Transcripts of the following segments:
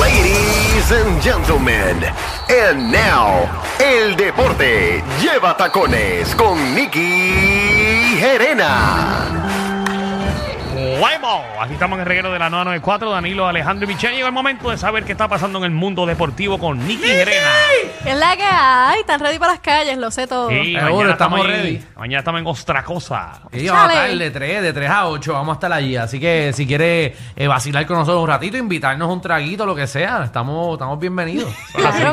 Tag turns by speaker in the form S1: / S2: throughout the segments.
S1: Ladies and gentlemen, and now, el deporte lleva tacones con Nicky Gerena.
S2: Huevo. Aquí estamos en el reguero de la 994, Danilo Alejandro y Michelle. Llega el momento de saber qué está pasando en el mundo deportivo con Nicky Jerena.
S3: Eh,
S4: Es la que hay, están ready para las calles, lo sé todo.
S2: Sí,
S3: Seguro, estamos ready.
S2: Mañana estamos en Ostracosa.
S3: Sí, vamos a
S4: Chale.
S3: estar de 3, de 3 a 8, vamos a estar allí. Así que si quieres eh, vacilar con nosotros un ratito, invitarnos un traguito, lo que sea, estamos, estamos bienvenidos.
S4: Claro,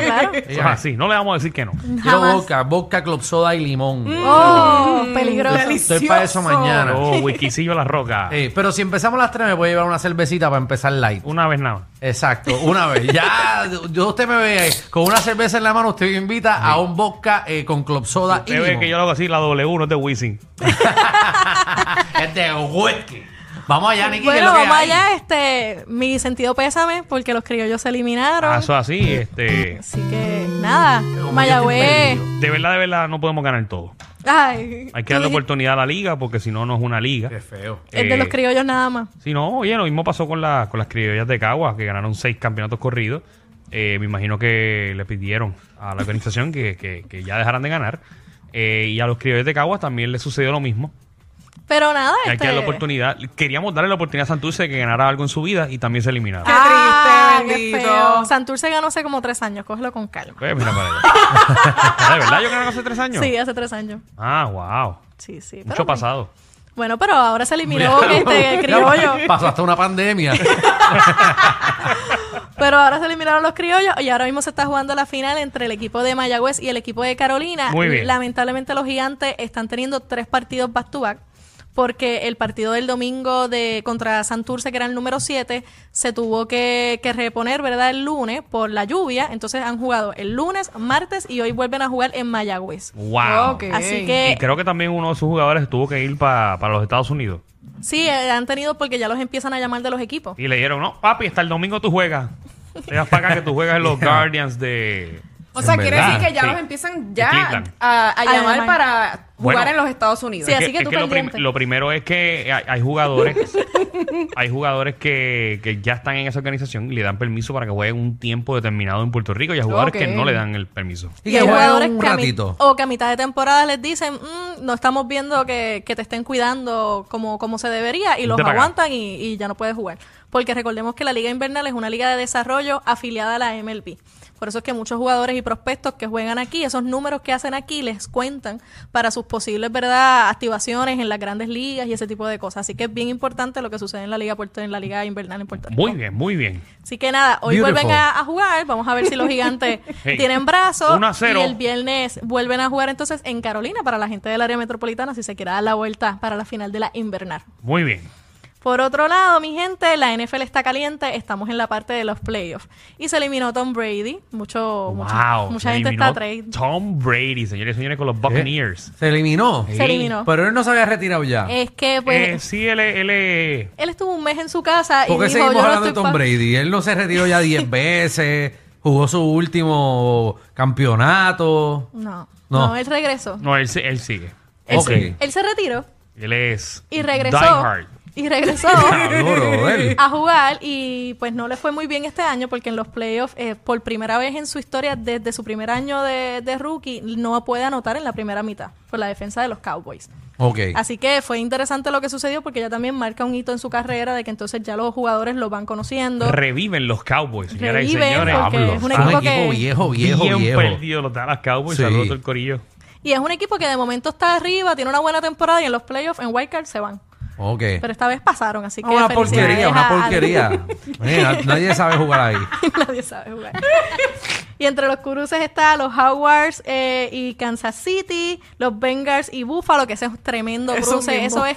S4: claro.
S3: eh.
S2: Eso es así, no le vamos a decir que no.
S3: Quiero
S4: Jamás.
S3: vodka, vodka, club soda y limón.
S4: Oh, peligroso.
S3: Estoy para eso mañana.
S2: Oh, Wikicillo La Roca.
S3: Eh, pero si empezamos a las 3, me voy a llevar una cervecita para empezar light.
S2: Una vez nada.
S3: Exacto, una vez. Ya, yo usted me ve eh, con una cerveza en la mano, usted me invita a un vodka eh, con club soda y
S2: Usted ve
S3: limón.
S2: que yo lo hago así, la W no es de Wisin.
S3: Es de whisky. Vamos allá, Nicky. ¿qué es
S4: Bueno,
S3: lo que
S4: vamos
S3: hay?
S4: allá, este, mi sentido pésame, porque los criollos se eliminaron.
S2: Ah, Eso es así, este.
S4: Así que nada,
S3: Como yo estoy
S4: Mayagüez.
S3: perdido.
S2: De verdad, de verdad, no podemos ganar todo. Hay
S4: Ay,
S2: que
S4: tú
S2: darle
S4: dijiste-
S2: oportunidad a la liga porque si no, no es una liga.
S3: Qué feo.
S4: es de los
S2: Eh,
S4: criollos nada más.
S2: Sí, no, oye, lo mismo pasó con, la, con las criollas de Caguas, que ganaron seis campeonatos corridos. Eh, me imagino que le pidieron a la organización que, que- que ya dejaran de ganar. Eh, y a los criollos de Caguas también les sucedió lo mismo.
S4: Pero nada,
S2: Hay que
S4: este.
S2: darle oportunidad. Queríamos darle la oportunidad a Santurce de que ganara algo en su vida y también se eliminaron.
S4: Ah,
S5: triste,
S4: qué
S5: bendito.
S4: feo. Santurce ganó hace como tres años, cógelo con calma.
S2: Pues mira para allá. ¿De verdad yo creo que hace tres años?
S4: Sí, hace tres años.
S2: Ah, wow.
S4: Sí, sí.
S2: Mucho
S4: pero-
S2: pasado.
S4: Bueno, pero ahora se eliminó este el criollo.
S3: Pasó hasta una pandemia.
S4: Pero ahora se eliminaron los criollos y ahora mismo se está jugando la final entre el equipo de Mayagüez y el equipo de Carolina.
S2: Muy bien.
S4: Lamentablemente los gigantes están teniendo tres partidos back to back porque el partido del domingo de contra Santurce, que era el número 7, se tuvo que, que reponer, ¿verdad?, el lunes por la lluvia. Entonces han jugado el lunes, martes y hoy vuelven a jugar en Mayagüez. Oh,
S2: Wow.
S5: Ok.
S4: Así
S2: Y
S4: que
S2: creo que también uno de sus jugadores tuvo que ir pa- para los Estados Unidos.
S4: sí, eh, han tenido porque ya los empiezan a llamar de los equipos.
S2: Y le dijeron, no, papi, hasta el domingo tú juegas. Te das para acá que tú juegas en los Guardians de...
S5: O sea,
S3: En
S5: quiere
S3: verdad,
S5: decir que ya
S2: sí.
S5: los empiezan
S2: De
S5: ya
S2: Cleveland.
S5: a, a
S4: A
S5: llamar
S4: llamar.
S5: para jugar
S2: Bueno.
S5: en los Estados Unidos.
S4: Sí, así que tú
S2: lo, prim-
S4: pendiente.
S2: lo primero es que hay, hay jugadores hay jugadores que, que ya están en esa organización y le dan permiso para que jueguen un tiempo determinado en Puerto Rico y hay jugadores
S5: Ok.
S2: que no le dan el permiso.
S3: Y
S4: Y hay
S3: que juegue
S4: jugadores
S3: un
S4: que a mi-
S3: ratito.
S4: o que a mitad de temporada les dicen, "Mm, no estamos viendo que, que te estén cuidando como, como se debería y los
S2: Vente pa' acá.
S4: aguantan y, y ya no puedes jugar. Porque recordemos que la Liga Invernal es una liga de desarrollo afiliada a la MLB. Por eso es que muchos jugadores y prospectos que juegan aquí, esos números que hacen aquí les cuentan para sus posibles verdad activaciones en las grandes ligas y ese tipo de cosas. Así que es bien importante lo que sucede en la liga Puerto- en la liga invernal en Puerto Rico.
S2: Muy bien, muy bien.
S4: Así que nada, hoy
S3: Beautiful.
S4: vuelven a, a jugar. Vamos a ver si los gigantes
S2: Hey.
S4: tienen brazos.
S2: Uno a cero.
S4: Y el viernes vuelven a jugar entonces en Carolina para la gente del área metropolitana si se quiere dar la vuelta para la final de la invernal.
S2: Muy bien.
S4: Por otro lado, mi gente, la NFL está caliente. Estamos en la parte de los playoffs. Y se eliminó Tom Brady. Mucho, Oh, mucha,
S2: wow.
S4: mucha
S2: se
S4: gente
S2: eliminó
S4: está a trade.
S2: Tom Brady, señores y señores, con los Buccaneers.
S3: Se eliminó.
S4: Se eliminó.
S3: Pero él no se había retirado ya.
S4: Es que
S2: Eh,
S4: pues
S2: sí, él, Pues, es- él es-
S4: él estuvo un mes en su casa y
S3: ¿Por qué
S4: dijo,
S3: seguimos
S4: yo no
S3: hablando
S4: estoy
S3: de Tom
S4: pa-".
S3: Brady? Él no se retiró ya 10 veces. Jugó su último campeonato.
S4: No, no,
S3: No.
S4: él regresó.
S2: No, él, se- él sigue.
S4: Él,
S3: Ok.
S4: se- él se retiró
S2: Él es...
S4: y regresó.
S2: Die Hard.
S4: Y regresó.
S3: Cabrón, brother.
S4: a jugar y pues no le fue muy bien este año porque en los playoffs eh, por primera vez en su historia desde su primer año de, de rookie no puede anotar en la primera mitad por la defensa de los Cowboys.
S3: Ok.
S4: Así que fue interesante lo que sucedió porque ella también marca un hito en su carrera de que entonces ya los jugadores lo van conociendo.
S2: Reviven los Cowboys, señoras y
S4: Reviven,
S2: señores.
S4: porque
S2: Hablo.
S4: es un
S3: un
S4: equipo
S3: equipo,
S4: que-
S3: viejo, viejo,
S2: bien
S3: viejo.
S2: perdido los Dallas Cowboys.
S3: Sí.
S2: Saludos al corillo.
S4: y es un equipo que de momento está arriba, tiene una buena temporada y en los playoffs en Wildcard se van.
S3: Ok.
S4: Pero esta vez pasaron, así que
S3: una
S4: felicidades
S3: porquería, una
S4: a- a-
S3: porquería. Mira, nadie sabe jugar ahí.
S4: Nadie sabe jugar. Y entre los cruces está los Jaguars eh, y Kansas City, los Bengals y Buffalo, que ese es un tremendo
S5: Eso
S4: cruce. Eso
S5: mismo.
S4: es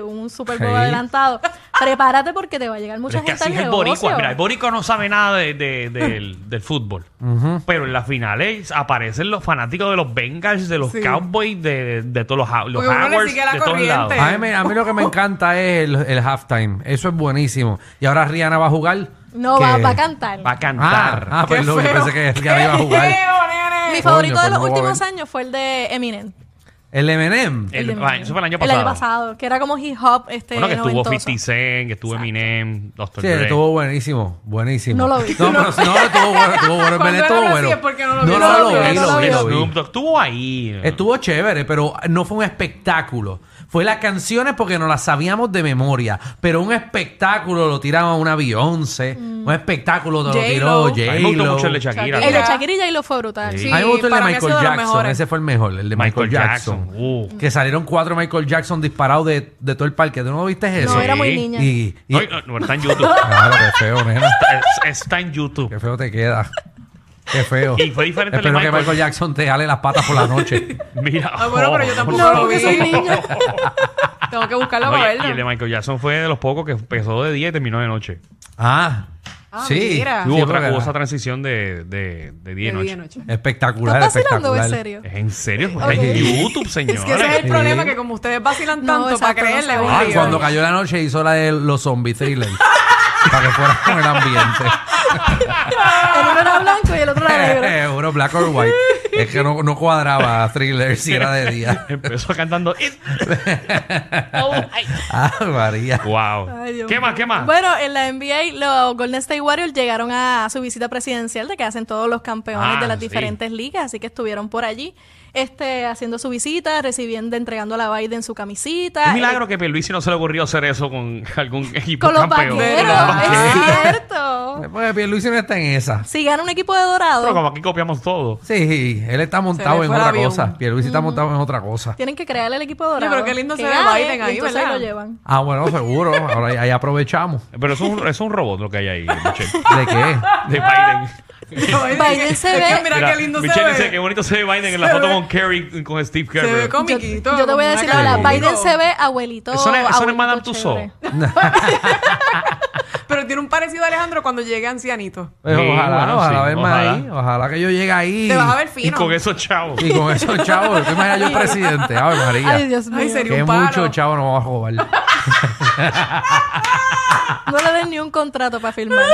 S4: un Super Bowl
S3: Sí.
S4: adelantado. Prepárate porque te va a llegar
S2: Pero
S4: mucha
S2: es que
S4: gente
S2: así
S4: al
S2: es el
S4: negocio.
S2: boricua. Mira, el boricua no sabe nada de- de- del, del fútbol. Pero en las finales aparecen los fanáticos de los Bengals, de los
S5: Sí.
S2: Cowboys, de, de todos los, ha- los
S5: Porque uno le
S2: Jaguars,
S5: sigue la
S2: de todos lados.
S5: corriente.
S3: A mí, a mí lo que me encanta es el, el halftime. Eso es buenísimo. Y ahora Rihanna va a jugar.
S4: No,
S3: que-
S4: va, va a cantar.
S2: Va a cantar.
S3: Ah, ah
S5: Qué
S3: perdón, yo
S5: feo.
S3: pensé que Rihanna iba a jugar.
S5: Qué feo, nene.
S4: Mi favorito
S3: pues
S4: de los
S3: no va a
S4: últimos
S3: haber.
S4: años fue el de Eminem.
S3: El Eminem.
S2: El-
S4: de
S2: ah,
S4: Eminem.
S2: eso fue el año
S4: El
S2: pasado.
S4: año pasado, que era como hip hop este
S2: Bueno, que estuvo
S4: noventoso.
S2: 50 Cent, que estuvo Eminem, Dr.
S3: Sí,
S2: Dre.
S3: estuvo buenísimo, buenísimo.
S4: No lo vi.
S3: No, pero sí, no, estuvo bueno, estuvo bueno. El
S5: Cuando
S3: Eminem
S5: no
S3: estuvo
S5: lo
S3: bueno.
S5: hacía, ¿por qué no lo vi?
S3: no, lo vi,
S4: no
S3: lo vi, lo vi.
S2: Snoop Dogg estuvo ahí.
S3: Estuvo chévere, pero no fue un espectáculo. Fue las canciones porque no las sabíamos de memoria. Pero un espectáculo lo tiraron a una Beyoncé. Un espectáculo te lo tiró
S5: Mm. J-Lo.
S3: J-Lo.
S2: A mí me gustó mucho el de
S5: Shakira.
S2: Shakira.
S4: El de
S5: Mira.
S4: Shakira y J-Lo fue brutal.
S2: Sí.
S5: Sí.
S3: A mí me gustó el de
S5: para mí ha
S3: Michael
S5: sido de los
S3: Jackson.
S5: mejores.
S3: Ese fue el mejor, el de Michael,
S2: Michael
S3: Jackson.
S2: Jackson. Uh.
S3: Que salieron cuatro Michael Jackson disparados de, de todo el parque. ¿Tú no viste eso?
S4: No, era muy
S2: Sí.
S4: niña.
S3: Y, y-
S2: No, no, no, está en YouTube.
S3: Claro, qué feo, nena.
S2: Es- está en YouTube.
S3: Qué feo te queda. Qué feo.
S2: Y fue diferente al de
S3: Espero que
S2: Michael.
S3: Michael Jackson te jale las patas por la noche.
S2: Mira.
S5: Ah, bueno, pero yo tampoco
S4: No,
S5: lo
S4: porque
S5: vi.
S4: soy niña.
S5: Tengo que buscarlo
S2: No,
S5: para
S2: y,
S5: verlo.
S2: y el de Michael Jackson fue de los pocos que empezó de día y terminó de noche.
S3: Ah,
S5: Ah,
S3: sí.
S5: mira.
S3: Sí,
S2: Hubo otra
S3: porque-
S2: cosa, transición de, de, de día y
S5: De
S2: noche.
S5: día, noche.
S3: Espectacular,
S4: ¿Estás vacilando o
S3: espectacular.
S4: es serio?
S2: ¿Es en serio? Está en
S4: Ok.
S2: YouTube,
S5: Es que ese es
S2: señores.
S5: el problema, que como ustedes vacilan
S4: No,
S5: tanto para
S4: exacto, no
S5: creerle,
S4: sabía.
S3: Ah,
S5: obvio.
S3: cuando cayó la noche hizo la de los zombies thriller. para que fuera con el ambiente.
S4: El uno era blanco y el otro era negro.
S3: Eh, Uno black or white. Es que no, no cuadraba thriller si era de día.
S2: Empezó cantando It. Oh, ay.
S3: Ah, María.
S2: Wow.
S4: Ay, Dios
S2: ¿Qué
S4: mío.
S2: más? ¿Qué más?
S4: Bueno, en la NBA, los Golden State Warriors llegaron a su visita presidencial de que hacen todos los campeones
S2: Ah,
S4: de las
S2: sí.
S4: diferentes ligas, así que estuvieron por allí este, haciendo su visita, recibiendo, entregando a la Biden su camisita.
S2: Es milagro
S4: Eh,
S2: que Pierluisi no se le ocurrió hacer eso con algún equipo
S4: con los
S2: campeón.
S4: vaqueros,
S2: Con los
S4: es
S2: vaqueros.
S4: cierto.
S3: Porque Pierluisi no está en esa.
S4: Si gana un equipo de
S2: Pero
S4: dorado,
S2: como aquí copiamos todo.
S3: Sí, él está montado
S5: le
S3: en
S5: fue el
S3: otra
S5: avión.
S3: cosa. Pierluisi está montado en otra cosa.
S4: tienen que crear el equipo dorado.
S5: pero qué lindo
S4: que
S5: se ve
S4: gane,
S5: Biden
S4: y
S5: ahí,
S4: entonces
S5: ¿verdad?
S4: lo llevan.
S3: Ah, bueno, seguro. Ahora ahí aprovechamos.
S2: Pero es un, es un robot lo que hay ahí, Michelle.
S3: ¿De qué?
S2: De Biden.
S4: Biden se
S5: Es que
S4: ve-
S5: Mira,
S2: Mira,
S5: qué lindo
S2: Michelle
S5: se
S2: dice
S5: ve.
S2: que bonito se ve Biden en la foto con Kerry, con Steve
S5: Se ve
S2: Kerr.
S4: Yo,
S5: comiquito.
S4: yo te voy a
S5: como
S4: decir
S5: una
S4: ahora,
S5: caricatura.
S4: Biden se ve abuelito.
S2: Eso no es- eso no es
S4: abuelito
S2: Madame
S4: chévere.
S2: Tussauds.
S5: Pero tiene un parecido a Alejandro cuando llegue ancianito.
S3: Pues
S2: Sí,
S3: ojalá,
S2: bueno,
S3: ojalá
S2: sí,
S3: verme
S2: ojalá.
S3: ahí. Ojalá que yo llegue ahí.
S5: Te vas a ver
S2: Y
S5: fino.
S2: con esos chavos.
S3: Y con esos chavos, ¿te imaginas yo presidente? Ay, María.
S4: Ay, Dios mío.
S5: Ay, sería
S3: que
S5: un palo.
S3: mucho chavo nos va a robar.
S4: No le den ni un contrato para firmar.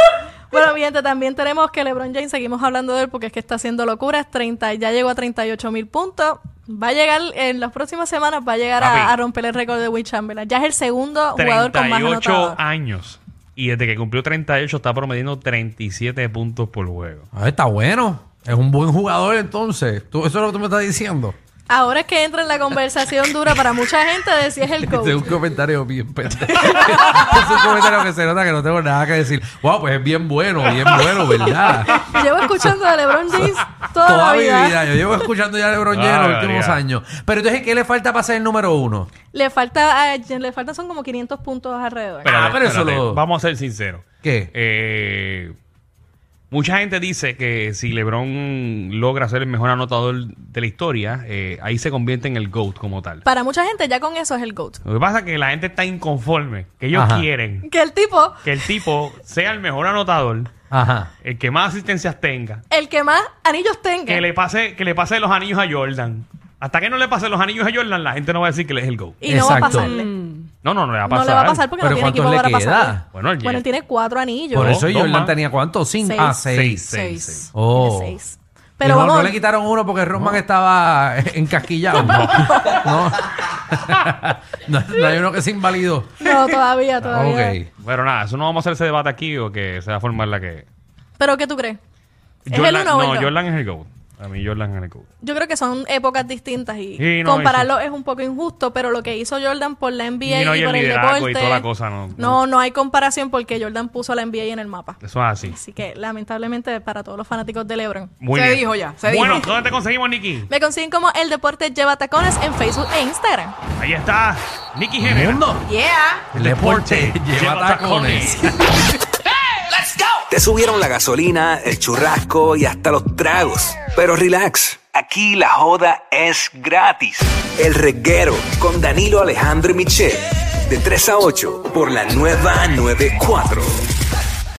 S4: Bueno, mi gente, también tenemos que LeBron James, seguimos hablando de él porque es que está haciendo locuras. 30, ya llegó a 38 mil puntos. Va a llegar, en las próximas semanas, va a llegar a,
S2: Papi.
S4: a romper el récord de Will Chamberlain. Ya es el segundo jugador con más
S2: 38
S4: anotadores.
S2: años. Y desde que cumplió 38 está promediando 37 puntos por juego.
S3: Ay, Ah, está bueno. Es un buen jugador entonces. ¿Tú, eso es lo que tú me estás diciendo.
S4: Ahora es que entra en la conversación dura para mucha gente de si es el
S3: Este es un
S4: coach.
S3: comentario bien pendejo. es un comentario que se nota que no tengo nada que decir. Wow, pues es bien bueno, bien bueno, ¿verdad?
S4: Llevo escuchando a LeBron James toda,
S3: Toda
S4: la
S3: mi
S4: vida.
S3: vida. Yo llevo escuchando ya a LeBron James en
S2: Ay,
S3: los últimos
S2: María.
S3: años. Pero entonces, ¿qué le falta para ser el número uno?
S4: Le falta, a- le faltan son como 500 puntos alrededor.
S3: Ah, pero eso lo-
S2: Vamos a ser sinceros.
S3: ¿Qué?
S2: Eh, mucha gente dice que si LeBron logra ser el mejor anotador de la historia, eh, ahí se convierte en el GOAT como tal.
S4: Para mucha gente ya con eso es el GOAT.
S2: Lo que pasa es que la gente está inconforme, que ellos
S3: Ajá.
S2: quieren
S4: Que el tipo,
S2: que el tipo sea el mejor anotador,
S3: Ajá.
S2: el que más asistencias tenga,
S4: el que más anillos tenga.
S2: que le pase que le pase los anillos a Jordan. Hasta que no le pase los anillos a Jordan, la gente no va a decir que él es el GOAT.
S4: Y no va a
S3: Exacto.
S4: pasarle.
S2: No, no, no le va a
S4: No
S2: pasar.
S4: le va a pasar porque no
S3: Pero
S4: tiene equipo
S3: ¿cuántos
S4: para
S3: le
S4: pasarle.
S3: queda?
S2: Bueno, él
S4: Bueno,
S2: ya-
S4: él tiene cuatro anillos.
S3: Por
S2: Dos,
S3: eso
S2: dos
S3: Jordan
S2: más.
S3: tenía cuánto? Cinco.
S4: Seis.
S3: Ah,
S2: Seis,
S3: seis.
S2: seis,
S5: Seis.
S2: seis.
S3: Oh.
S4: Tiene seis. Pero
S3: Y no,
S4: vamos,
S3: no le quitaron uno porque Roman estaba eh, encasquillado. No. No. no, no hay uno que se invalidó.
S4: no,
S2: Ah,
S4: todavía, todavía.
S3: Ok.
S2: Bueno, nada, eso no vamos a hacer ese debate aquí o que se va a formar la que.
S4: Pero ¿qué tú crees? ¿Es el uno o el
S2: no,
S4: dos?
S2: Jordan es el GOAT. A mí Jordan es el GOAT.
S4: Yo creo que son épocas distintas y
S2: Sí, no,
S4: compararlo es un poco injusto, pero lo que hizo Jordan por la NBA
S2: Y
S4: y,
S2: no, y el
S4: por el,
S2: liderazgo
S4: deporte.
S2: y toda la cosa, no,
S4: no, no hay comparación porque Jordan puso la NBA en el mapa.
S2: Eso es así.
S4: Así que lamentablemente para todos los fanáticos de LeBron.
S2: Muy
S5: Se
S2: bien.
S5: dijo ya, se
S2: bueno,
S5: dijo.
S2: ¿dónde te conseguimos, Nicky?
S4: Me consiguen como El Deporte Lleva Tacones en Facebook e Instagram.
S2: Ahí está, Nicky Jiménez.
S3: Mundo.
S5: Yeah.
S3: El deporte lleva tacones.
S1: Te
S6: Te subieron la gasolina, el churrasco y hasta los tragos. Pero relax, aquí la joda es gratis. El reguero con Danilo Alejandro y Michel. De 3 a 8 por la nueva 94.